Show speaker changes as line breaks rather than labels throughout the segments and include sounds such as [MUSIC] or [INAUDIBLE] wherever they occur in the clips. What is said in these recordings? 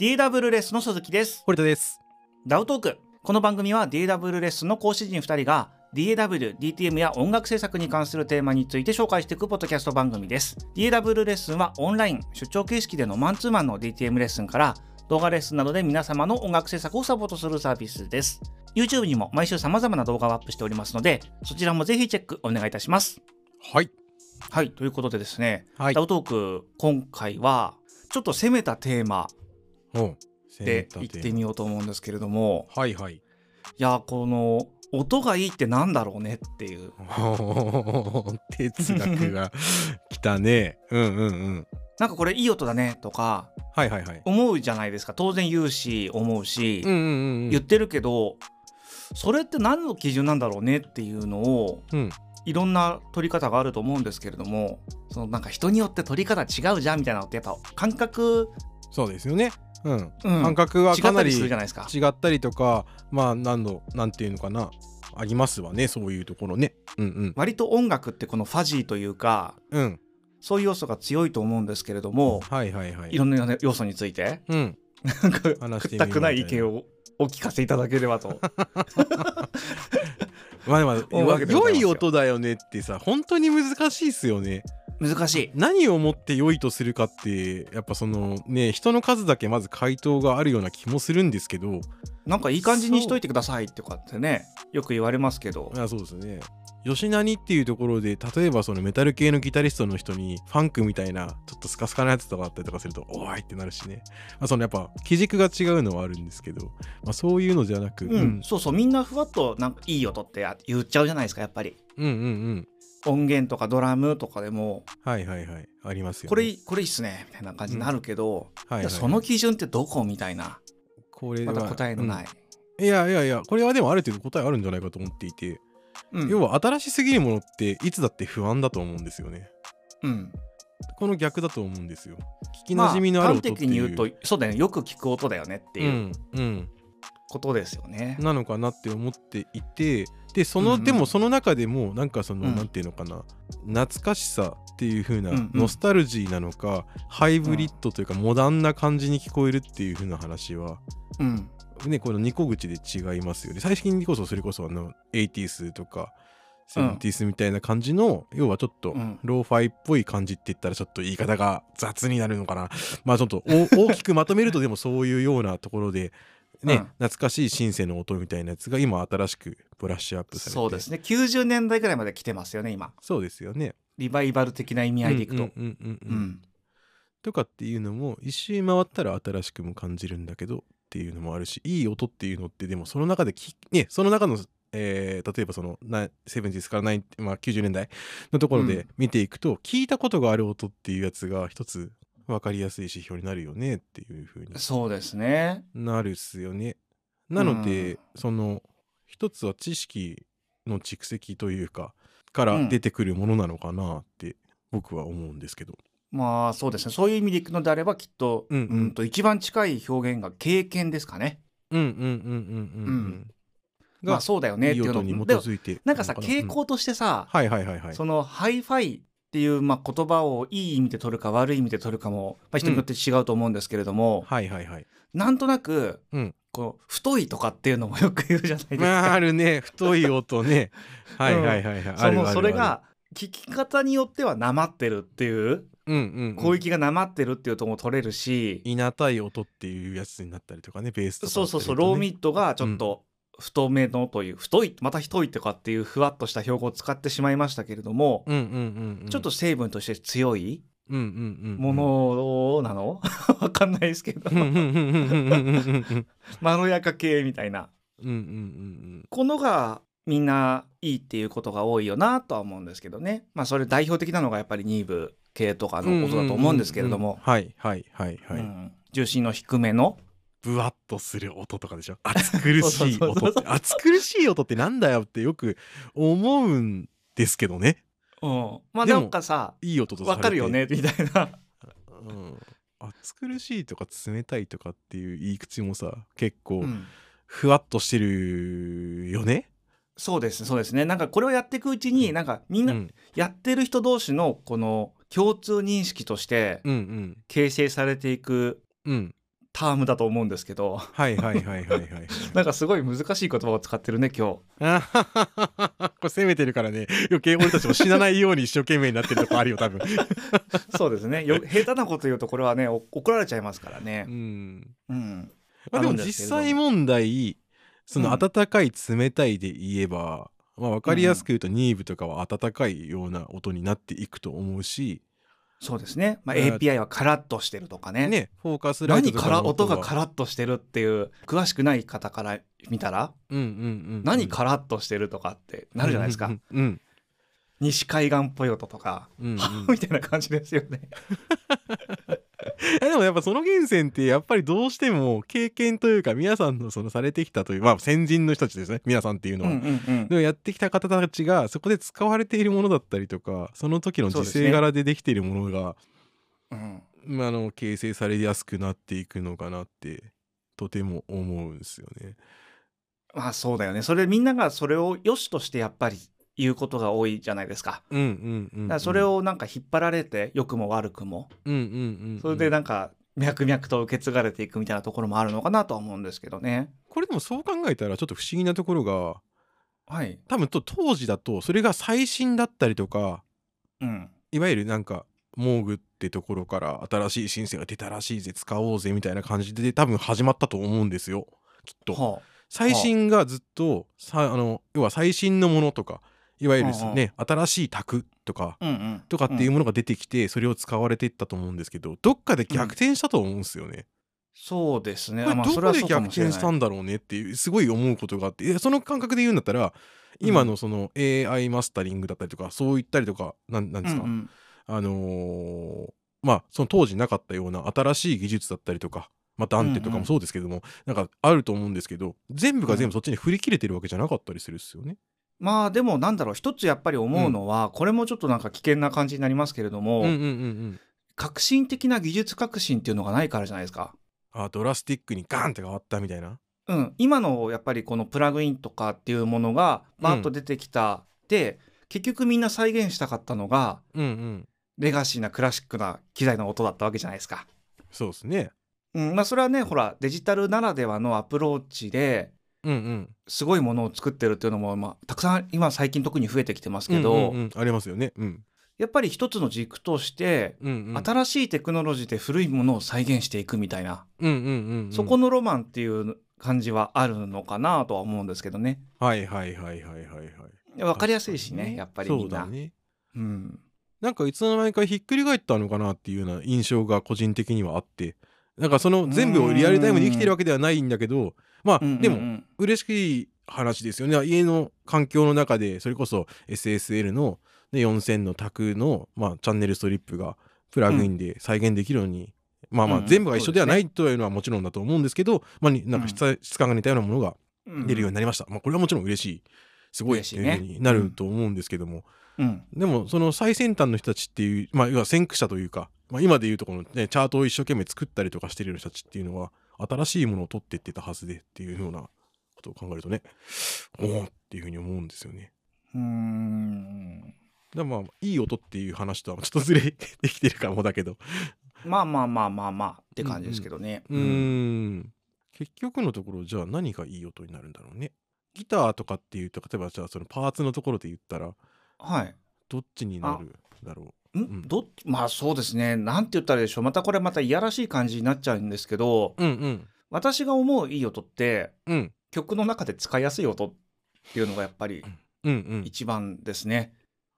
DW レッスンの鈴木です
堀田です。
ダウトークこの番組は DW レッスンの講師陣2人が DAW、DTM や音楽制作に関するテーマについて紹介していくポッドキャスト番組です DAW レッスンはオンライン出張形式でのマンツーマンの DTM レッスンから動画レッスンなどで皆様の音楽制作をサポートするサービスです YouTube にも毎週様々な動画をアップしておりますのでそちらもぜひチェックお願いいたします
はい。
はいということでですね、
はい
ダウトーク今回はちょっと攻めたテーマ
お
でいってみようと思うんですけれども
はいはい。
いやこの音がいいってなんだろうねっていう
[LAUGHS] 哲学 [LAUGHS] が来たね。うんうんうん。
なんかこれいい音だねとか
はいはいはい。
思うじゃないですか当然言うし思うし、
うんうんうんう
言っ
ん。
てるけどそれって何の基準なんだろうねっていうのを
うん、
いろんな取り方があると思うんですけれどもそのなんか人によって取り方違うじゃんみたいなのってやっぱ感覚、
そうですよね。うん。
うん
感覚は
違
か
った
な
り
り
す
違
るじゃないですか。
ったりとか、まあ何度なんていうのかなありますわね。そういうところね。うん
割と音楽ってこのファジーというか
うんうん。
そういう要素が強いと思うんですけれども
はいはいはいい
ろ。んな要素について
うん。
なんか
話してみようみたいな
屈託ない意見をお聞かせいただければ
[LAUGHS]
と。
まあまあ
思うわけでござ
良
いますよ
い音だよねってさ本当に難しいっすよね。
難しい。
何をもって良いとするかってやっぱそのね人の数だけまず回答があるような気もするんですけど
なんかいい感じにしといてくださいとかってね、よく言われますけど。
あそうですね吉なにっていうところで例えばそのメタル系のギタリストの人にファンクみたいなちょっとスカスカなやつとかあったりとかするとおーいってなるしね、まあ、そのやっぱ基軸が違うのはあるんですけど、まあ、そういうのではなく、
うん、そうそう、みんなふわっとなんかいい音ってあ言っちゃうじゃないですか、やっぱり。
うんうんうん
音源とかドラムとかでも、
はいはいはいありますよ、ね、
これ、これいいっすね、みたいな感じになるけど、
はい
いや
はい
その基準ってどこみたいな、
これ
ま
は
た答えのない。
うんいやいやいやこれはでもある程度答えあるんじゃないかと思っていて
うん
要は新しすぎるものっていつだって不安だと思うんですよね。
うん、
この逆だと思うんですよ。聞きなじみのある音っていう。
まあ端的に言うと、そうだよね、よく聞く音だよねっていう
うん、
ことですよね
うん、。なのかなって思っていてでその、
うんうん
でもその中でもなんかその、
うん
なんていうのかな懐かしさっていう風な、
うんうん
ノスタルジーなのかハイブリッドというか、モダンな感じに聞こえるっていう風な話は。
うん、
ね、この2個口で違いますよね。最近こそそれこそあの 80s とか
うん
70s みたいな感じの、要はちょっと
うん
ローファイっぽい感じって言ったらちょっと言い方が雑になるのかな。 [LAUGHS] まあちょっとお大きくまとめるとでもそういうようなところで、ね
うん
懐かしいシンセの音みたいなやつが今新しくブラッシュアップされて
そうですね、90年代ぐらいまで来てますよね、今。
そうですよね。
リバイバル的な意味合いでいくと。
うんうんうん
う
うんうん
ん
とかっていうのも一周回ったら新しくも感じるんだけどっていうのもあるしいい音っていうのってでもその中でき、ね、その中の、えー例えばそのな70s から9、まあ、90年代のところ
う
で
ん
見ていくと、聞いたことがある音っていうやつが一つ分かりやすい指標になるよねっていうふうに
そうですね。
なるっすよね。なので、
うん
その一つは知識の蓄積というかから出てくるものなのかなって僕は思うんですけど。
まあそうですねそういう意味でいくのであればきっと,、う
うんんうん
と一番近い表現が経験ですかね。
うんうんうんうんうんうん。
まあそうだよねっ
い
て
い
いうの
音に
も
基
でも
づいて
なんかさ
の
傾
うん
向としてさ、
はいはいはいはい
そのハイファイっていう、まあ、言葉をいい意味で取るか悪い意味で取るかも、まあ、人によって違うと思うんですけれども、
はいはいはい
なんとなく、
うん
この太いとかっていうのもよく言うじゃないですか。
[LAUGHS] まああ
[LAUGHS]
るね太い音ねはいはいはいはいあ
そ
る
の
ある
それが聞き方によってはなまってるっていう
うんうん
広
う
域がなまってるっていうとこも取れるし、
んいなたい音っていうやつになったりとかねベースとか
そうそうそう、
だったり
ロー
とね
ミッドがちょっと太めのという、太いまた太いとかっていうふわっとした標語を使ってしまいましたけれども、
うんうんうんうん
ちょっと成分として強い
うんうんうんうん
ものなの、 [LAUGHS] わかんないですけど、
うんうんうんうんうんうんうんうん
まろやか系みたいな
うんうんうん
このがみんないいっていうことが多いよなとは思うんですけどねまあそれ代表的なのがやっぱりニーブ系とかの音だと思うんですけれども、
はいはいはいはい、
うん重心の低めの
ブワッとする音とか
[LAUGHS]
でしょ暑苦しい
そうそ
音
う
っ
そう
て暑苦しい音ってなんだよってよく思うんですけどね
うんまあ
で
な
も
んかさ
いい音とされ
わ
て
かるよねみたいな
うん、暑苦しいとか冷たいとかっていう言い口もさ結構
うん
ふわっとしてるよね。
そうですそうですねなんかこれをやっていくうちに、
うん
なんかみ
うんん、う
なんやってる人同士のこの共通認識として
うん
形成されていく
うん
タームだと思うんですけど [LAUGHS]
はいはいはいはいはい。
なんかすごい難しい言葉を使ってるね今
[LAUGHS]
日
あははははは [LAUGHS] これ攻めてるからね余計俺たちも死なないように一生懸命になってるとこあるよ多分
そうですねよ下手なこと言うとこれはねお怒られちゃいますからね
うん
うん
まあ、でも実際問題その
うん
温かい冷たいで言えば、まあ分かりやすく言うとニーブとかは温かいような音になっていくと思うし、
そうですね、まあ、
えー
API はカラッとしてるとかね
ねフォーカスライト
何
とか
から音がカラッとしてるっていう詳しくない方から見たら
うんうんうんうん
何カラッとしてるとかってなるじゃないですか、
うんうん
西海岸っぽい音とか、
うんうん [LAUGHS] うんうん
[LAUGHS] みたいな感じですよね
いやでもやっぱその源泉ってやっぱりどうしても経験というか皆さんのそのされてきたというまあ先人の人たちですね皆さんっていうのは、でもやってきた方たちがそこで使われているものだったりとかその時の時
そうですね
勢柄でできているものが、
うん
まああの形成されやすくなっていくのかなってとても思うんですよね。
まあそうだよねそれみんながそれを良しとしてやっぱり言うことが多いじゃないですか
うんうんうんうん、
だからそれをなんか引っ張られて良くも悪くも
うんうんうんうん
それでなんか脈々と受け継がれていくみたいなところもあるのかなとは思うんですけどね
これでもそう考えたらちょっと不思議なところが
はい
多分と当時だとそれが最新だったりとか
うん
いわゆるなんかモーグってところから新しいシンセが出たらしいぜ使おうぜみたいな感じで多分始まったと思うんですよきっと。
は
最新がずっとさあの要は最新のものとかいわゆるですね、新しい卓とか
あうんうん
とかっていうものが出てきて、それを使われていったと思うんですけどどっかで逆転したと思うんですよね。
そうですね
これ
まあ
ど
そ
こ
れは
で
そうか
逆
もしれ
転
ない
したんだろうねっていうすごい思うことがあっていやその感覚で言うんだったら今のその AI マスタリングだったりとかそういったりとかなんなんですか、
うんうん
あのーまあその当時なかったような新しい技術だったりとかまたアンテとか
うんうん
もそうですけども、なんかあると思うんですけど全部が全部そっちに振り切れてるわけじゃなかったりするっすよね。
まあでもなんだろう一つやっぱり思うのは、これもちょっとなんか危険な感じになりますけれども、
うんうんうんうん
革新的な技術革新っていうのがないからじゃないですか。
あドラスティックにガーンって変わったみたいな。
うん、今のやっぱりこのプラグインとかっていうものがバーッと出てきた、で結局みんな再現したかったのが
うんうん、
レガシーなクラシックな機材の音だったわけじゃないですか。
そうですね。
うんまあ、それはねほらデジタルならではのアプローチで
うんうん。
すごいものを作ってるっていうのも、まあ、たくさん今最近特に増えてきてますけど、
うんうんうんありますよね。うん。
やっぱり一つの軸として
うんうん。
新しいテクノロジーで古いものを再現していくみたいな、
うんうんうんうん。
そこのロマンっていう感じはあるのかなとは思うんですけどね
はいはいはいはいはいはい。
分かりやすいしねやっぱりみ
そ
ん
う
な
だね。
うん
なんかいつの間にかひっくり返ったのかなっていうような印象が個人的にはあってなんかその全部をリアルタイムに生きてるわけではないんだけどまあ
うんうんうん
でも嬉しい話ですよね家の環境の中でそれこそ SSL の、ね、4000の卓の、まあ、チャンネルストリップがプラグインで再現できるように、まあま
う
あ
ん
全部が一緒ではないというのはもちろんだと思うんですけど、まあ、になんか質質感が似たようなものが
うん
出るようになりました、まあ、これはもちろん嬉しいすごいっていうふう
嬉しいね
になると思うんですけども、
うん
でもその最先端の人たちっていう、まあ、要は先駆者というか、まあ、今でいうとこの、ね、チャートを一生懸命作ったりとかしてるような人たちっていうのは新しいものを取っていってたはずでっていうようなことを考えるとねおおっていうふうに思うんですよね。
うーん
だからまあいい音っていう話とはちょっとずれできてるかもだけど
まあまあまあまあまあって感じですけどね、
うーん結局のところじゃあ何がいい音になるんだろうね。ギターとかっていうと例えばじゃあそのパーツのところで言ったら
はい
どっちになるだろ
ん
ん
どっまあそうですねなんて言ったらいいでしょうまたこれまたいやらしい感じになっちゃうんですけど
う。うんうん
私が思ういい音って
うん
曲の中で使いやすい音っていうのがやっぱり
うんうん
一番ですね、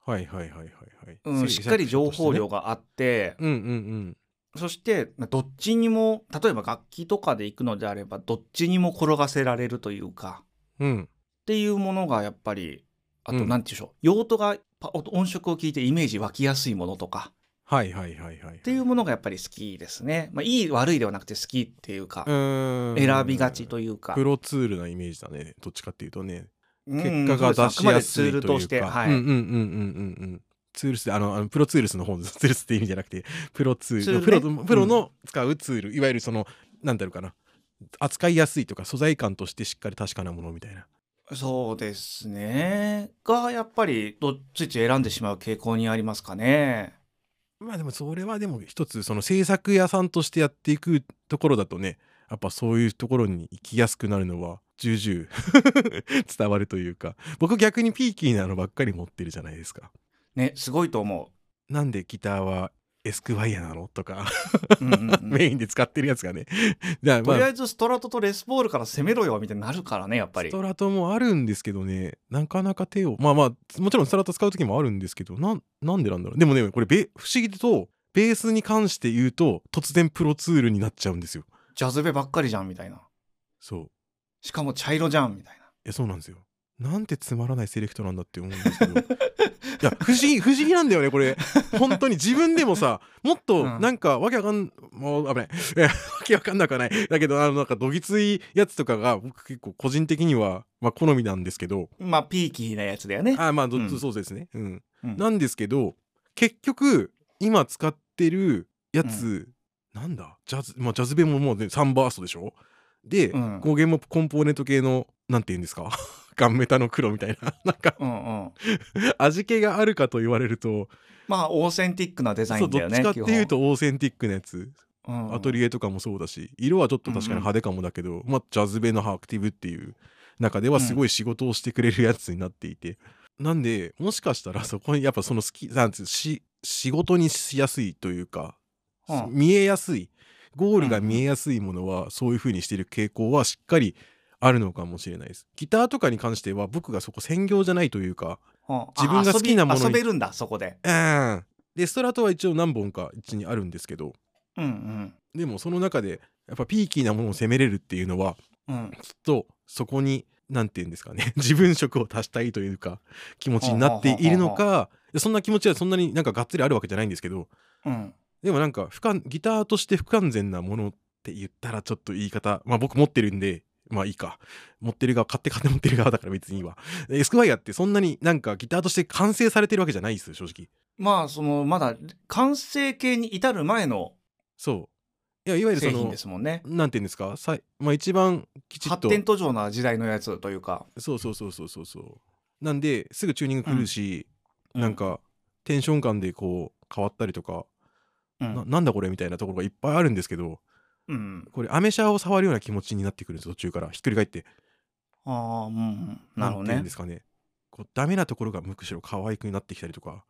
はいはいはいはいはい。
うん、しっかり情報量
が。
があって、
うんうん
そしてまあどっちにも例えば楽器とかで行くのであればどっちにも転がせられるというかっ
うん。うん。
ていうものがやっぱりあと
うん
何て言うんでしょう、用途がパ音色を聞いてイメージ湧きやすいものとか
はいはいはいはい。っ
っていうも
の
のがやっぱり好きですね、まあ、いい悪いではなくて好きっていうか、
選
選びがちというか
プロツールなイメージだね。どっちかっていうとね。
うん
結果が出しやすい
そうですあく
というか。
までツールとしてはい、
うんうんうんうんうんうん。ツールスあのあのプロツールスの [LAUGHS] 方です。ツールスって意味じゃなくて、プロツール
ツールね
プロプロの使うツール、いわゆるその、なんだろうかな。扱いやすいとか素材感としてしっかり確かなものみたいな。
そうですねがやっぱりどっちつい選んでしまう傾向にありますかね
まあでもそれはでも一つその制作屋さんとしてやっていくところだとねやっぱそういうところに行きやすくなるのは重々 [LAUGHS] 伝わるというか僕逆にピーキーなのばっかり持ってるじゃないですか。
ねすごいと思
なんでギターはエスクワイアなのとか、
う。うんうんう
[LAUGHS]
ん
メインで使ってるやつがね。じゃあ
と
ま
りあ
あ
えずストラトとレスポールから攻めろよみたいになるからねやっぱり
ストラトもあるんですけどねなかなか手をまあまあもちろんストラト使う時もあるんですけどなんなんでなんだろうでもねこれベ不思議とベースに関して言うと突然プロツールになっちゃうんですよ
ジャズベばっかりじゃんみたいな
そう
しかも茶色じゃんみたいな
えそうなんですよなんてつまらないセレクトなんだって思うんですけどいや不思議不思議なんだよねこれ本当に自分でもさもっと
うん
なんかわけわかんもう危ないえわけわかんなくはないだけどあのなんかどぎついやつとかが僕結構個人的にはまあ好みなんですけど
まあピーキーなやつだよね
あまあど、
うん
そうですねうん、
うん
なんですけど結局今使ってるやつ、なんだジャズまあジャズベももうねサンバーストでしょで、
うん
語源もコンポーネント系のなんて言うんですか [LAUGHS] ガンメタの黒みたいななんか
うんうん
味気があるかと言われると、
まあオーセンティックなデザイ
そう
ンだ
ど
よ
っ
ね
ちかっていうとオーセンティックなやつ、
基本うん
アトリエとかもそうだし色はちょっと確かに派手かもだけど、まあ、ジャズベのアクティブっていう中ではすごい仕事をしてくれるやつになっていて、なんでもしかしたらそこにやっぱその好きなんつうし仕事にしやすいというか、
うん
見えやすいゴールが見えやすいものはそういう風にしてる傾向はしっかりあるのかもしれないです。ギターとかに関しては僕がそこ専業じゃないというか、
うん
自分が好きなものに
あ遊び遊べるんだそこで
うん、でストラトは一応何本か一にあるんですけど
うん
でもその中でやっぱピーキーなものを攻めれるっていうのは
うんうん
きっとそこに何て言うんですかね [LAUGHS] 自分色を足したいというか気持ちになっているのかそんな気持ちはそんなになんかがっつりあるわけじゃないんですけど
うん
でもなんか不完ギターとして不完全なものって言ったらちょっと言い方まあ僕持ってるんでまあいいか持ってる側買って買って持ってる側だから別にいいわエスクワイアってそんなになんかギターとして完成されてるわけじゃないですよ正直
まあそのまだ完成形に至る前の
そういやいわゆるそ
製
の
品ですもんね
なんて言うんですかさい、まあ、一番きちっ
発
と
展途上な時代のやつというか
そうそうそうそうそうそうなんですぐチューニング狂うし、なん、かテンション感でこう変わったりとか、
うん
ななんだこれみたいなところがいっぱいあるんですけど
うん、
これアメ車を触るような気持ちになってくるんです途中からひっくり返って
ああうんうんなるほど
んて言うん
ね
ですかねこうダメなところがむしろ可愛くなってきたりとか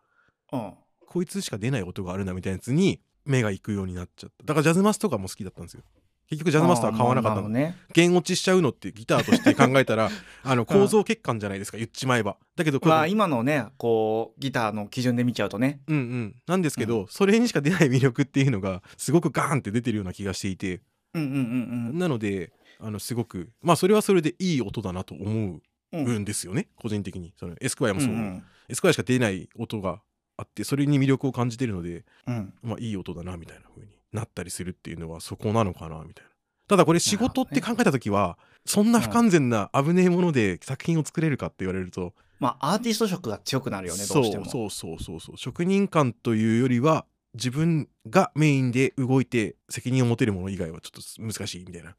うん
こいつしか出ない音があるなみたいなやつに目が行くようになっちゃっただからジャズマスとかも好きだったんですよ結局ジャズマスターは買わなかった
あー
の
まあなるほどね
弦落ちしちゃうのってギターとして考えた
[LAUGHS]
らあの構造欠陥じゃないですか言っちまえばだけどこれ、
まあ今のねこうギターの基準で見ちゃうとね
うんうんなんですけど、それにしか出ない魅力っていうのがすごくガーンって出てるような気がしていて
うんうん
なのであのすごくまあそれはそれでいい音だなと思
うんうん
うんですよね、個人的にそのエスクワイアも
う
そ
ん
う、エスクワイアしか出ない音があってそれに魅力を感じてるので
うんうん
まあいい音だなみたいな風になったりするっていうのはそこなのかなみたいなただこれ仕事って考えた時は、そんな不完全な危ねえもので作品を作れるかって言われると
まあアーティスト色が強くなるよねどうしても
そうそうそうそうそう職人感というよりは自分がメインで動いて責任を持てるもの以外はちょっと難しいみたいな、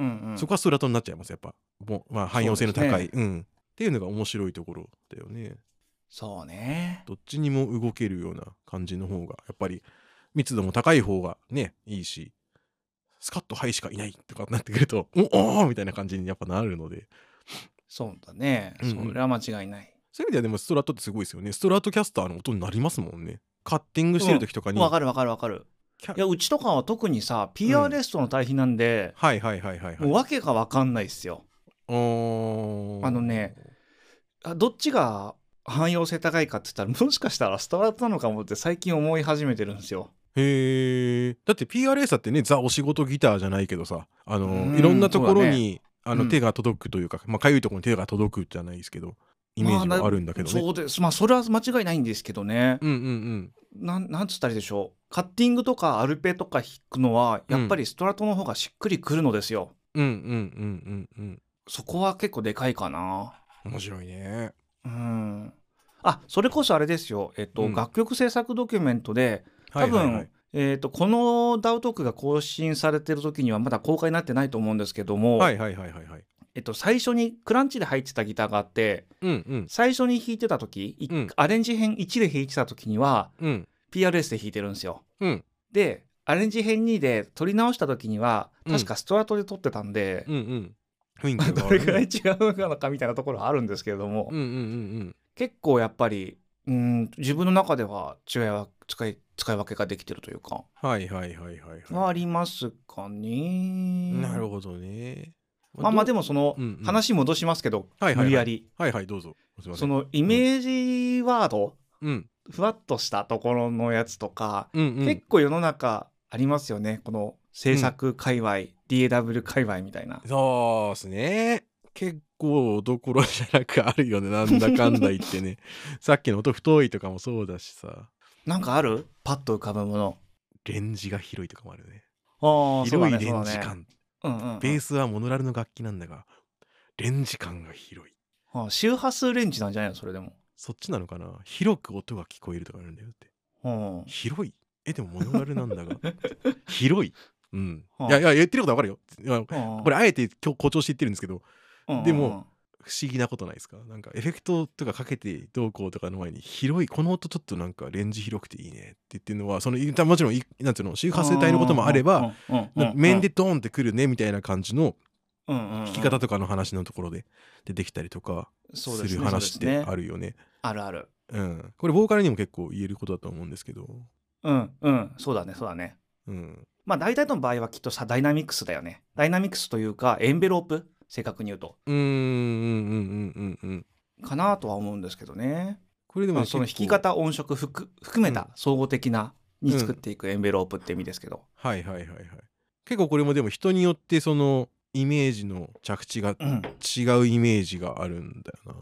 うんうん、
そこはストラトになっちゃいますやっぱもうまあ、汎用性の高い、
そう
ん、っていうのが面白いところだよね
そうね
どっちにも動けるような感じの方がやっぱり密度も高い方がねいいしスカッとハイしかいないとかなってくるとおおーみたいな感じにやっぱなるので
そうだね、
うんうん
それは間違いない
そういう意味ではでもストラトってすごいですよねストラトキャスターの音になりますもんねカッティングしてる時とかに、
わかるわかるわかる
キャ
いやうちとかは特にさ PR レストの対比なんで、
はいはいはいはいはい。
もう訳がわかんないっすよ
おー
あのね、あどっちが汎用性高いかって言ったらもしかしたらストラトなのかもって最近思い始めてるんですよ
へえ。だって PRA さってね、ザお仕事ギターじゃないけどさ、あ
う
の
ん
いろんなところ
そうだ
に、あ
う
の
ん
手が届くというか、まあかゆいところに手が届くじゃないですけど、イメージ
まあ
も
な
あるんだけどね。
そうですまあそれは間違いないんですけどね、
うんうんうん。
なんなんつったらいいでしょうカッティングとかアルペとか弾くのはやっぱりストラトの方がしっくりくるのですよ、
うんうんうんうん
そこは結構でかいかな
うん。面白いね。
うんあそれこそあれですよ、えっと
うん
楽曲制作ドキュメントで多分、
はいはいはい
えっとこの DAO トークが更新されてる時にはまだ公開になってないと思うんですけども、
はいはいはいはいはい。
えっと、最初にクランチで入ってたギターがあって
うんうん
最初に弾いてた時、い
うん
アレンジ編1で弾いてた時には
うん。
PRS で弾いてるんですよ。
うん
でアレンジ編2で撮り直した時には
うん
確かストラトで撮ってたんで、
うんうん雰囲
まあ
気が
[LAUGHS] どれぐらい違うのかみたいなところはあるんですけれども、
うんうんうん
結構やっぱりうん自分の中では違いは使い使い分けができてるというか、
うんはいはいはいはい
は
は
ありますか
い
ね。
なるほどね
まあまあで
も
もその
うんうん
話戻しますけど、
はいはいはい
無理やり
はいはいどうぞすいませ
そ
ん
のイメージワード、
うん
ふわっとしたところのやつとか、
うんうん
結構世の中ありますよねこの制作界隈、DAW 界隈みたいな。
そうっすね。結構どころじゃなくあるよね。なんだかんだ言っ
[LAUGHS]
てね。さっきの音太いとかもそうだしさ。
なんかあるパッと浮かぶもの。
レンジが広いとかもあるよね。
ああ、そうだ
広い
ね、
レ
そ
ン
う
ジ
だ
感、
ね。うんうんうん、
ベースはモノラルの楽器なんだが、レンジ感が広い。
ああ周波数レンジなんじゃないのそれでも。
そっちなのかな広く音が聞こえるとかあるんだよって。
うん、
広いえ、でもモノラルなんだ
[LAUGHS]
が。広いうん。
はい
いやいや、言ってることわかるよ。いやこ
こ
れ、あえて今日誇張して言ってるんですけど、
れ
でも、不思議なことないですかなんかエフェクトとかかけてどうこうとかの前に広いこの音ちょっとなんかレンジ広くていいねって言ってるのはそのいもちろんいなんていうの周波数帯のこともあれば、
うんうんうんうん
面でドーンってくるねみたいな感じの
弾
弾き方とかの話のところで出てきたりとかする話ってあ
る。
るよね。
あるある。
うん、これボーカルにも結構言えることだと思うんですけど、
うんうん、そうだね、そうだね。
うん、
まあ大体の場合はきっとさダイナミクスだよね。ダイナミクスというかエンベロープ正確に言うと
うんうんうんうんうんうん
かなとは思うんですけどね。
これで
ま
も
あ、その弾
結構
き方音色含含め
う
た
ん
総合的なに作っていくエンベロープって意味ですけど。
はいはいはいはい結構これもでも人によってそのイメージの着地が
うん、
違うイメージがあるんだよ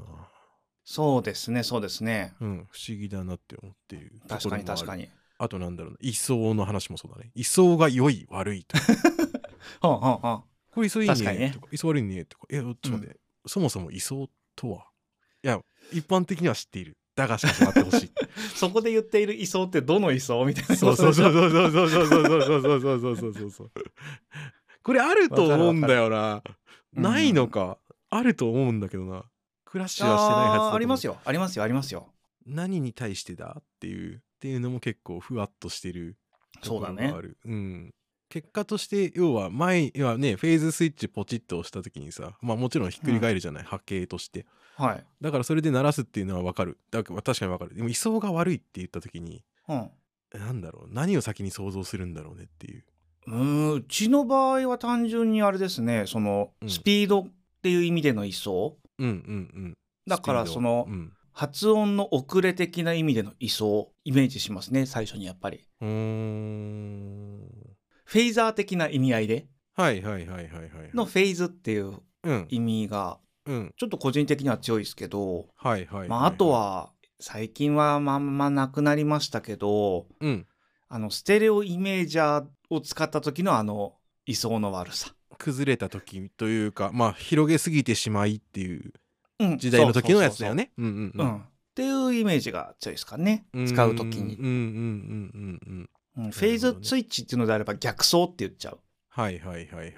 そうですね、そうですね。
な。うん、不思議だなって思ってるとこ
確
ろも
か
あ
に
る。
確かに。
あとなんだろうな、位相の話もそうだね。位相が良い、悪いとか。
はんはんはん。
これ位相いい
確かに
ね
ね
とか、位相悪いねとか。いや、ちょっと待って、そもそも位相とは。いや、一般的には知っている。だがしかし待ってほしい。
そこで言っている位相ってどの位相みたいな。
そうそうそうそうそうそうそうそうそうそうそうそうそうそう。これあると思うんだよな。
るわかる
ないのか、あると思うんだけどな。クラッシュはしてないはずだと
あ
思
ー
う
ありますよありますよありますよ
何に対してだっていうっていうのも結構ふわっとしてるところがあるうん、結果として要は前要はねフェーズスイッチポチッと押した時にさまあもちろんひっくり返るじゃない、波形として
はい、
だからそれで鳴らすっていうのは分かるだから確かに分かるでも位相が悪いって言った時に
うん、
何だろう何を先に想像するんだろうねっていう
うーんうちの場合は単純にあれですねその
うん
スピードっていう意味での位相
うんうんうん
だから
スピード
その
うん
発音の遅れ的な意味での位相イメージしますね最初にやっぱり
うーん
フェイザー的な意味合いで
はいはいはいはいはい
のフェイズっていう
うん
意味が
うん
ちょっと個人的には強いですけど、
はいはいいい
まあ、あとは最近はまんまなくなりましたけど
うん
あのステレオイメージャーを使った時のあの位相の悪さ、
崩れた時というかまあ広げすぎてしまいっていう
うん
時代の時のやつだよね。うんうん
うん、っていうイメージが強いですかね
うん
使う時に
うんうんうんうんうん。
うんフェーズスイッチっていうのであれば逆走って言っちゃう
はいはいはいはいはいはい。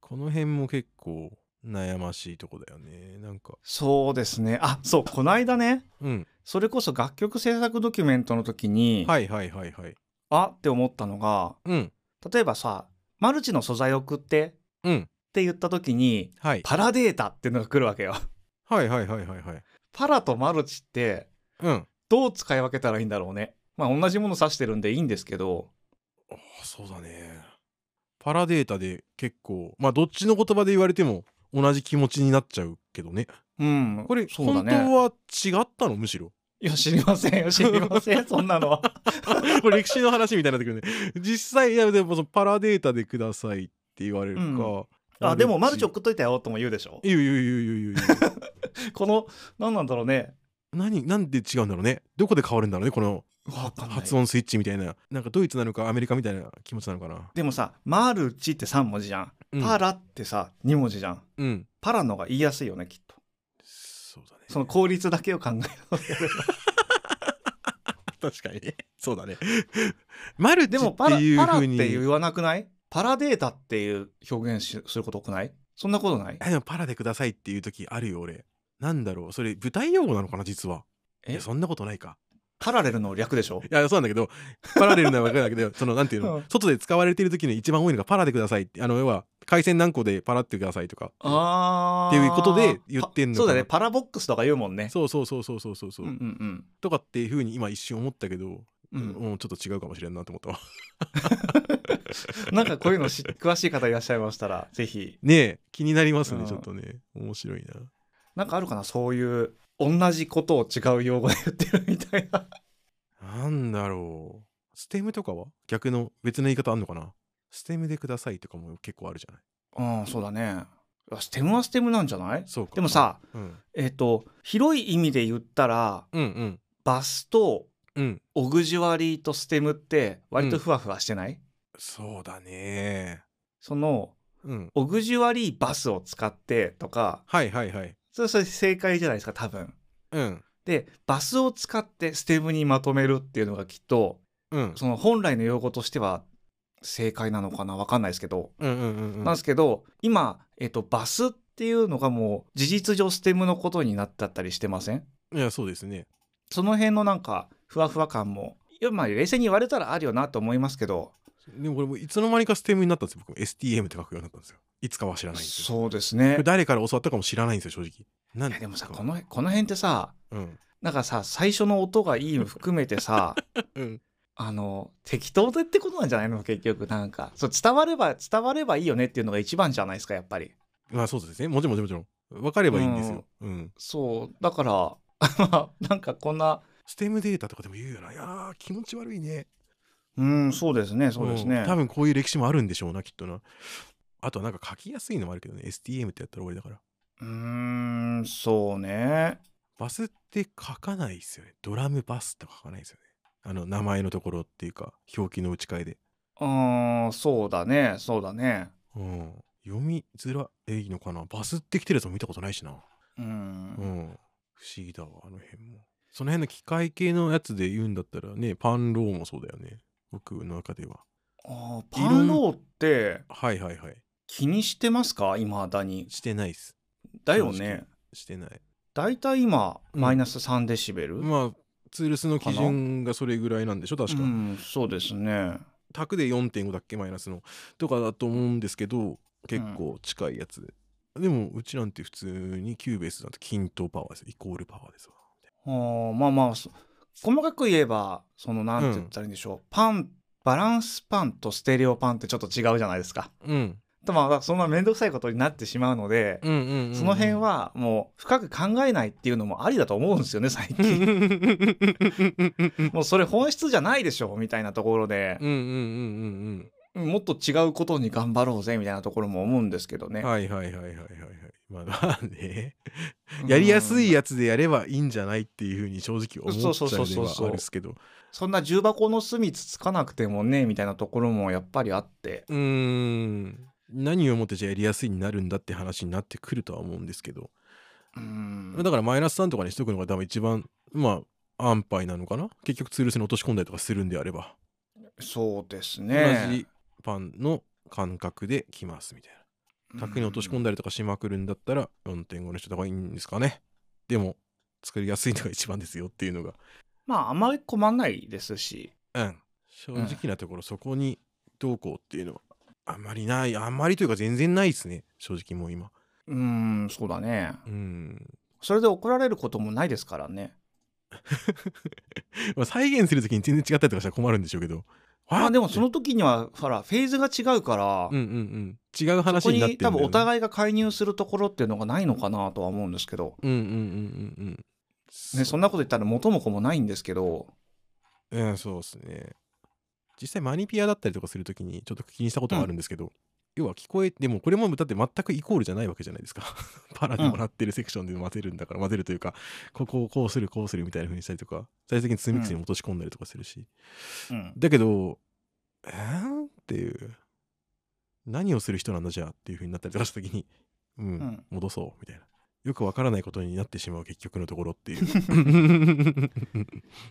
この辺も結構悩ましいとこだよね。なんか。
そうですねあそうこの間ね
うん。
それこそ楽曲制作ドキュメントの時に、
はいはいはいはい。
あって思ったのが
うん。
例えばさマルチの素材送って
うん。
って言った時に
はい。
パラデータっていうのが来るわけよ [LAUGHS]
はいはいはいはいはい。
パラとマルチって
うん。
どう使い分けたらいいんだろうねまあ同じもの指してるんでいいんですけど
ああそうだね。パラデータで結構まあどっちの言葉で言われても同じ気持ちになっちゃうけどね。
うん
これ、
そうだ
本当
ね
は違ったのむしろ。
いや知りませんよ知りませんそんなの
[LAUGHS]
は
これ歴史の話みたいになってくるね。実際、いやでもそのパラデータでくださいって言われるか。
うんあでもマルチ送っといたよとも言うでしょ
いやいやいやいやいや
この何なんだろうね
何なんで違うんだろうねどこで変わるんだろうねこの
わかんない
発音スイッチみたいななんかドイツなのかアメリカみたいな気持ちなのかな、
でもさ「マルチ」って3文字じゃん「
うん
パラ」ってさ2文字じゃん
うん
「パラ」の方が言いやすいよねきっと
そうだね
その効率だけを考え
[LAUGHS]
る
確かにねそうだね [LAUGHS] マルチ
で
っ
も
て
パラ
いう
パラっ
ふう
て
に
言わなくないパラデータっていう表現しすること多くないそんなことない
あでもパラでくださいっていう時あるよ俺なんだろうそれ舞台用語なのかな実は
え
いやそんなことないか
パラレルの略でしょ
いやそうなんだけどパラレルなわけだけど
[LAUGHS]
そのなんていうの、
うん
外で使われている時に一番多いのがパラでくださいってあの要は回線何個でパラってくださいとか
あ
っていうことで言ってんのかな
そうだねパラボックスとか言うもんね
そうそうそうそうそうそう、
う
うん
うん
とかっていうふうに今一瞬思ったけど、
うん、うん
うんちょっと違うかもしれんなと思ったわ [LAUGHS]
なんかこういうのし詳しい方いらっしゃいましたらぜひ
ねえ気になりますね、
うん
ちょっとね面白いな
なんかあるかなそういう同じことを違う用語で言ってるみたいな
なんだろうステムとかは逆の別の言い方あんのかなステムでくださいとかも結構あるじゃない
うんそうだねいやステムはステムなんじゃない
そうか
でも、さ
うん、
えっ、と広い意味で言ったら
うんうん
バスと
うん
オグジュアリーとステムって割とふわふわしてない、
そうだね
その
うん
オグジュアリーバスを使ってとか
はいはいはい
それそれ正解じゃないですか多分
うん
でバスを使ってステムにまとめるっていうのがきっと
うん
その本来の用語としては正解なのかなわかんないですけど、
うんうんうんうん
なんですけど今、えっとバスっていうのがもう事実上ステムのことになっちゃったりしてません
いやそうですね
その辺のなんかふわふわ感もいやまあ冷静に言われたらあるよなと思いますけど
でもこれもいつの間にかステムになったんですよ僕 STM って書くようになったんですよいつかは知らないんですよ
そうです
こ
ね
れ誰から教わったかも知らないんですよ正直なん
いやでもさこ
の
のこの辺ってさ
うん
なんかさ最初の音がいいの含めて [LAUGHS] さ
うん
あの適当でってことなんじゃないの結局なんかそう伝われば伝わればいいよねっていうのが一番じゃないですかやっぱり
まあそうですねもちろんもちろんもちろん分かればいいんですようん
そうだから [LAUGHS] なんかこんな
ステムデータとかでも言うよないやー気持ち悪いね
うんそうですねそうですね、
ん多分こういう歴史もあるんでしょうなきっとなあとはなんか書きやすいのもあるけどね STM ってやったら俺だから
うーん、そうね。
バスって書かないですよねドラムバスって書かないですよねあの名前のところっていうか表記の打ち替えで
うーん、そうだね、そうだね。
うん読みづらいのかなバスって来てるやつも見たことないしな
う。
うんん不思議だわあの辺もその辺の機械系のやつで言うんだったらねパンローもそうだよね僕の中では
あーパンローって
はいはいはい
気にしてますか今だに。
してないっす
だよね。
してない
だいたい今、
うん
マイナス3デシベル。うん、
まあツールスの基準がそれぐらいなんでしょ確か、
そうですね。
タクで4.5だっけマイナスのとかだと思うんですけど結構近いやつで、でもうちなんて普通にキューベースだと均等パワーですイコールパワーですわ
あーまあまあ、そ細かく言えば、その、なんて言ったらいいんでしょう。パン、バランスパンとステレオパンってちょっと違うじゃないですか。
うん
とまあ、そんなめんどくさいことになってしまうので、
うんうんうんうん
その辺はもう深く考えないっていうのもありだと思うんですよね最
うん
近。
うんうん [LAUGHS] うんうんうん
もうそれ本質じゃないでしょみたいなところで、
うんうんうん
もっと違うことに頑張ろうぜみたいなところも思うんですけど
うん
ね。
はいはいはいはいはいはいまあまあねやりやすい
や。
やつでやればいいんじゃないっていうふうに正直思っちゃ
そうそうう
で
そう
は
そう
あるんですけど
そんな重箱の隅つつかなくてもねみたいなところもやっぱりあって。
うーん何をもってじゃあやりやすいになるんだって話になってくるとは思うんですけど
うん
だからマイナス3とかにしとくのが多分一番まあ安牌なのかな結局ツールスに落とし込んだりとかするんであれば、
そうですね。
同じパンの感覚で来ますみたいな卓に落とし込ん
だ。
だりとかしまくるんだったら4.5の人とかいいんですかねでも作りやすいのが一番ですよっていうのが
まああまり困んないですし。
うん、正直なところ、そこにどうこうっていうのはあんまりないあんまりというか全然ないですね正直もう今
うんそうだね。
うん、
それで怒られることもないですからね。
まあ、再現する時に全然違ったりとかしたら困るんでしょうけど
まあでもそ
の
の時にはほらフェーズが違うから。
うんうんうん違う
そ
話
こ
になっ
に
て
多
るんだ
分
よ
お
ね
互いが介入するところっていうのがないのかなとは思うんですけど、
うんうんうんうんうん
ね、そんなこと言ったら元も子もないんですけど
うん、そうですね。実際マニピアだったりとかするときにちょっと気にしたことがあるんですけど、要は聞こえてもこれもだって全くイコールじゃないわけじゃないですか。 [LAUGHS] パラでもらってるセクションで混ぜるんだから、混ぜるというか、ここをこうするこうするみたいな風にしたりとか、最終的にツーミックスに落とし込んだりとかするし。
うん、
だけど、えー、っていう。何をする人なんだじゃあっていう風になったりとかしたときに、うん、
ん
戻そうみたいな。よくわからないことになってしまう結局のところっ
[LAUGHS]
ていう。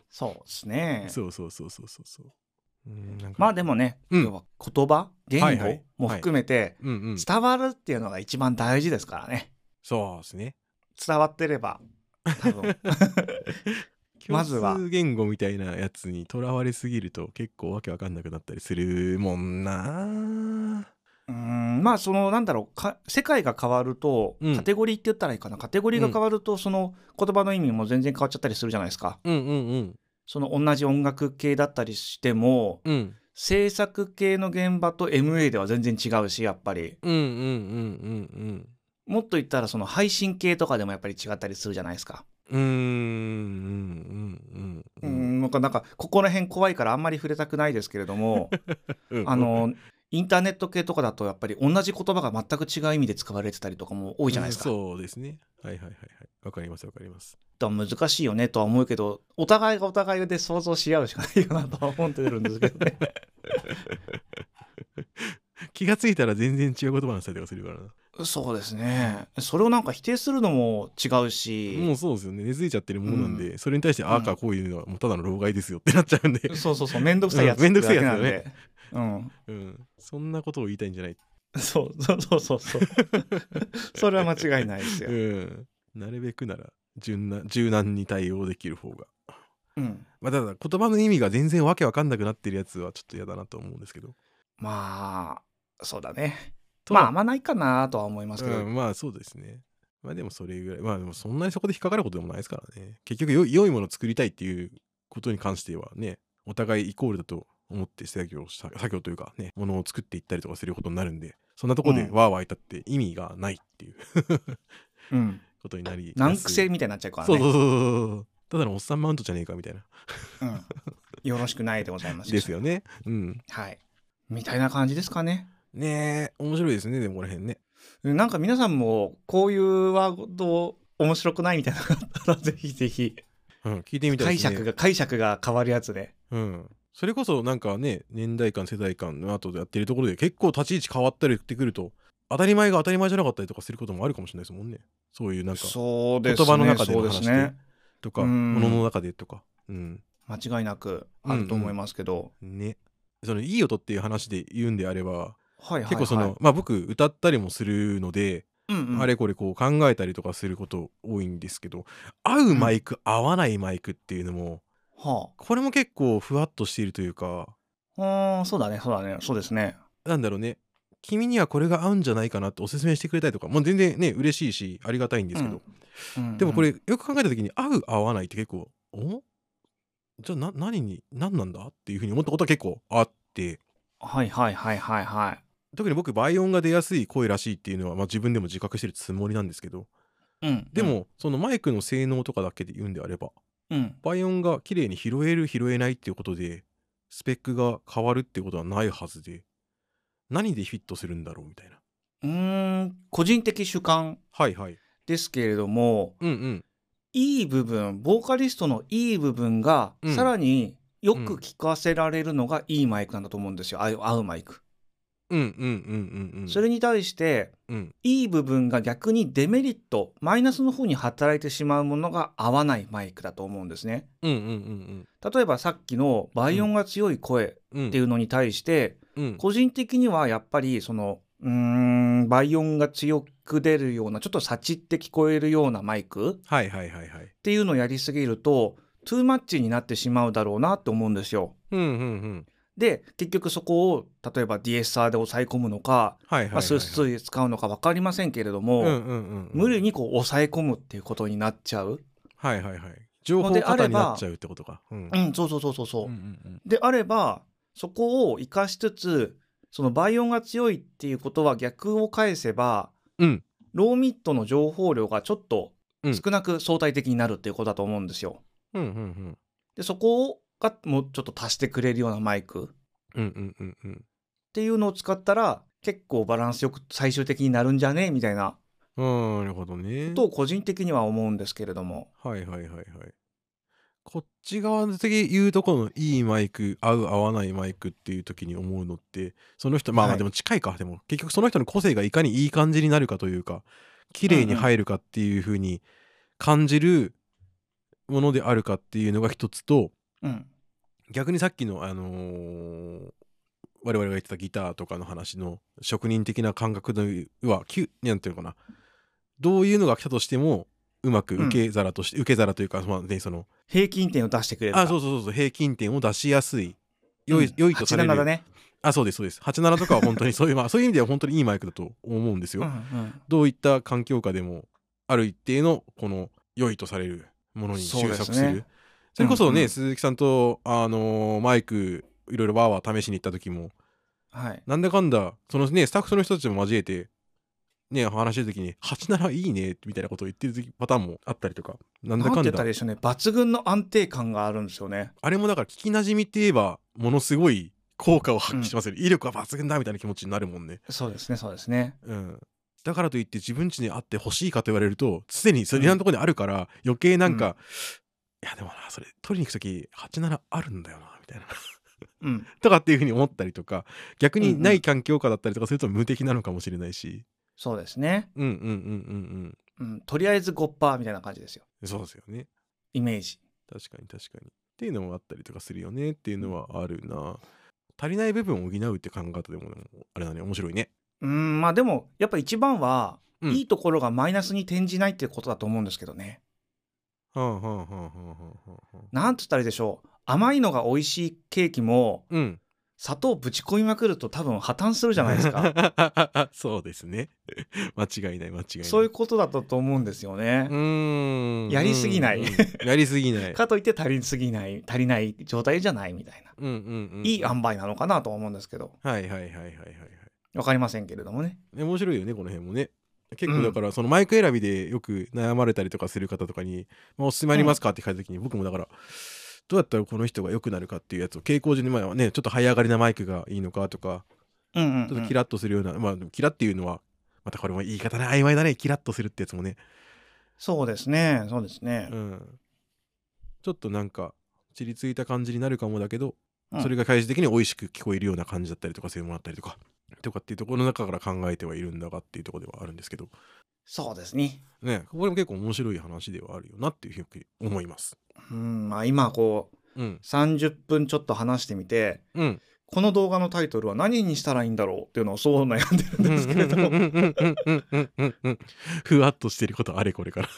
そうですね
そうそうそうそうそうそう。うんなんか
まあでもね、
うん
要は言葉言
はいはい
語も含めて
うんうん、
伝わるっていうのが一番大事ですからね
そうですね。 [LAUGHS]
伝わってれば多分ま
共
ずは
通言語みたいなやつにとらわれすぎると結構わけわかんなくなったりするもんな
うーんまあそのなんだろうか世界が変わると
うん
カテゴリーって言ったらいいかな、カテゴリーが変わるとその言葉の意味も全然変わっちゃったりするじゃないですか
うんうんうん
その同じ音楽系だったりしても
うん
制作系の現場と MA では全然違うしやっぱり
うんうんうん
もっと言ったらその配信系とかでもやっぱり違ったりするじゃないですか
うんうんうんうんうん
う
うんん
なんかなんかここら辺怖いからあんまり触れたくないですけれど
[LAUGHS]
も
うん
あのインターネット系とかだとやっぱり同じ言葉が全く違う意味で使われてたりとかも多いじゃないですか、
うんそうですねはいはいはいはいわかりますわかります
だから難しいよねとは思うけどお互いがお互いで想像し合うしかないよなとは思ってるんですけど
[LAUGHS]
ね
気がついたら全然違う言葉にしたりとかするからな
そうですねそれをなんか否定するのも違うし
もうそうですよね根付いちゃってるものなんで、
う
それに対してああかこういうのはもうただの老害ですよってなっちゃうん [LAUGHS] で、
そうそうそう面倒くさいやつ
うん面倒くさいやつだね
ってだけなんで
うん、そんなことを言いたいんじゃない [LAUGHS]
うんそうそうそうそうそうそれは間違いないですよ、
うん、なるべくなら柔軟柔軟に対応できる方が、
うん
まあ、ただ言葉の意味が全然わけわかんなくなってるやつはちょっと嫌だなと思うんですけど
まあそうだね
と
まああんまないかなとは思いますけど、
うん、まあそうですねまあでもそれぐらいまあでもそんなにそこで引っかかることでもないですからね結局よ良いものを作りたいっていうことに関してはねお互いイコールだと思って作業した作業というかねものを作っていったりとかすることになるんでそんなところで
うん
わーわーいたって意味がないっていう
うん、
ことになり
難癖
み
みたいになっちゃうから
そう
ね
そうそうそうそうただのおっさんマウントじゃねえかみたいな
うんよろしくないでございます
ですよねうん
はいみたいな感じですかね
ねえ面白いですねでもこの辺ね
なんか皆さんもこういうワード面白くないみたいなのがあったらぜひぜひ
うん聞いてみたい
解
ですね
釈が解釈が変わるやつで
うん、それこそなんかね年代間世代間の後でやってるところで結構立ち位置変わったりってくると当たり前が当たり前じゃなかったりとかすることもあるかもしれないですもんねそういうなんか
そう
ですね言葉の中での
そう
話
で
です
ね
とか
うん
物の中でとか、うん、
間違いなくあると思いますけど、
ねそのいい音っていう話で言うんであれば
はいはいはい
結構その、まあ僕歌ったりもするので、
うんうん
あれこれこう考えたりとかすること多いんですけど合うマイク、合わないマイクっていうのも
は
これも結構ふわっとしているというか
ああーそうだねそうだねそうですね
なんだろうね君にはこれが合うんじゃないかなっておすすめしてくれたりとかもう全然ね嬉しいしありがたいんですけど、
うんうん
でもこれよく考えた時に合う合わないって結構おじゃあな何に何なんだっていうふうに思ったことは結構あって
はいはいはいはいはい
特に僕倍音が出やすい声らしいっていうのは、まあ、自分でも自覚してるつもりなんですけど
うん
でも、そのマイクの性能とかだけで言うんであれば
うん
倍音が綺麗に拾える拾えないっていうことでスペックが変わるってことはないはずで何でフィットするんだろうみたいな
うーん個人的主観
はいはい
ですけれども
うんうん
いい部分ボーカリストのいい部分が、
うん
さらによく聞かせられるのがいいマイクなんだと思うんですよ合う合うマイク、
うんうんうんうんうん
それに対して
うん
いい部分が逆にデメリットマイナスの方に働いてしまうものが合わないマイクだと思うんですね
うんうんうん
例えばさっきの倍音が強い声っ
うんうん
ていうのに対して、
うん
個人的にはやっぱりそのうーん倍音が強く出るようなちょっとサチって聞こえるようなマイク
はいはいはいはい
っていうのをやりすぎるとトゥーマッチになってしまうだろうなって思うんですよ。
うんうんうん
で結局そこを例えばディエッサーで抑え込むのか、
はいはいはい
まあ、数数で使うのか分かりませんけれども、
うんうんうん
無理にこう抑え込むっていうことになっちゃう。
はいはいはい情報
であ
過
れば
多になっちゃうってことかうん
う
うん
ん、そうそうそうそうそう。
うん
であればそこを生かしつつその倍音が強いっていうことは逆を返せば
うん
ローミットの情報量がちょっと
うん
少なく相対的になるっていうことだと思うんですよ。
うんうんうん
でそこをがもうちょっと足してくれるようなマイクっ
うんうんうんうん
ていうのを使ったら結構バランスよく最終的になるんじゃねみたいな
うんなるほどね
ことを個人的には思うんですけれども。
はいはいはいはいこっち側の時言うとこのいいマイク合う合わないマイクっていう時に思うのってその人まあま
は
あ
い
でも近いか、でも結局その人の個性がいかにいい感じになるかというか綺麗に入るかっていう風に感じるものであるかっていうのが一つと
うん、
逆にさっきのあのー我々が言ってたギターとかの話の職人的な感覚のはきゅなんていうのかなどういうのが来たとしてもうまく受け皿として、受け皿というか、まあね、その
平均点を出してくれる
あそううそうそうそう平均点を出しやすい良い,、
ん
良いとされる
87だね、
あそうですそうです87とかは本当にそういう、まあ、そういう意味では本当にいいマイクだと思うんです
うん
よ、
うん
どういった環境下でもある一定のこの良いとされるものに
そう
収
ですね
束するそれこそね、
うんうん
鈴木さんと、あのーマイクいろいろわーわー試しに行った時も
はい、
なんだかんだそのねスタッフの人たちも交えてね話してる時に「87いいね」みたいなことを言ってる時パターンもあったりとかなん
な
だ
んて
かん
言った
だ
らいいでしょうね抜群の安定感があるんですよね
あれもだから聞きなじみって言えばものすごい効果を発揮しますよね、威力は抜群だみたいな気持ちになるもんね、
そうですねそうですね
うん、だからといって自分家にあってほしいかと言われるとすでにそれのところにあるから余計なんか、いやでもなそれ取りに行く時87あるんだよなみたいな [LAUGHS]
うん
とかっていうふうに思ったりとか逆
うんう
に
ん
ない環境下だったりとかすると無敵なのかもしれないし、
そうですね、
うん、うんうんうん
うん、とりあえず5%みたいな感じですよ
うんそうですよね
イメージ
確かに確かにっていうのもあったりとかするよねっていうのはあるな、足りない部分を補うって考え方でもあれだね面白いね
うんまあでもやっぱ一番は、
うん
いいところがマイナスに転じないってことだと思うんですけどね
はあはあはあはあはあはあ
なんつったらいいでしょう甘いのが美味しいケーキも
うん
砂糖ぶち込みまくると多分破綻するじゃないです [LAUGHS] か
[LAUGHS] そうですね。間違いない間違いない。
そういうことだったと思うんですよね、
うーん
やりすぎない
うんうんやりすぎない。
[LAUGHS] かといって足りすぎない足りない状態じゃないみたいな、
うんうんうん。
いい塩梅なのかなとは思うんですけど
はいはいはいはいはいはい。
わかりませんけれどもね
ね面白いよねこの辺もね。結
う
構
ん
だからそのマイク選びでよく悩まれたりとかする方とかに「まあ、おすすめありますか?」って書いた時に僕もだからどうやったらこの人が良くなるかっていうやつを傾向順に前はねちょっと早上がりなマイクがいいのかとか
うんうんうん、
ちょっとキラッとするような、まあでもキラっていうのはまたこれも言い方ね曖昧だねキラッとするってやつもね
そうですねそうですね、
うん、ちょっとなんかちりついた感じになるかもだけど、
うん
それが最終的に美味しく聞こえるような感じだったりとかそういうものだったりとかとかっていうところの中から考えてはいるんだがっていうところではあるんですけど
そうですね
ねこれも結構面白い話ではあるよなっていうふうに思います。
うんまあ今こう
うん、
30分ちょっと話してみて
うん、
この動画のタイトルは何にしたらいいんだろうっていうのをそう悩んでるんですけれど
う
も
んうんうんうんうんうんうんふわっとしてることあれこれから。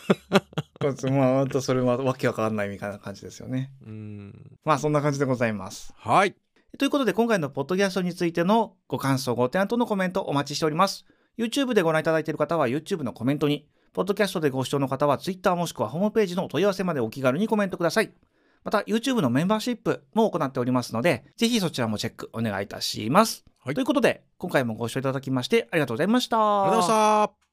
まあ本当それはわけわかんないみたいな感じですよね
うん
まあそんな感じでございます
はい
ということで今回のポッドキャストについてのご感想ご提案とのコメントお待ちしております YouTube でご覧いただいている方は YouTube のコメントにポッドキャストでご視聴の方は Twitter もしくはホームページのお問い合わせまでお気軽にコメントくださいまた YouTube のメンバーシップも行っておりますのでぜひそちらもチェックお願いいたします、
はい
ということで今回もご視聴いただきましてありがとうございました
ありがとうございました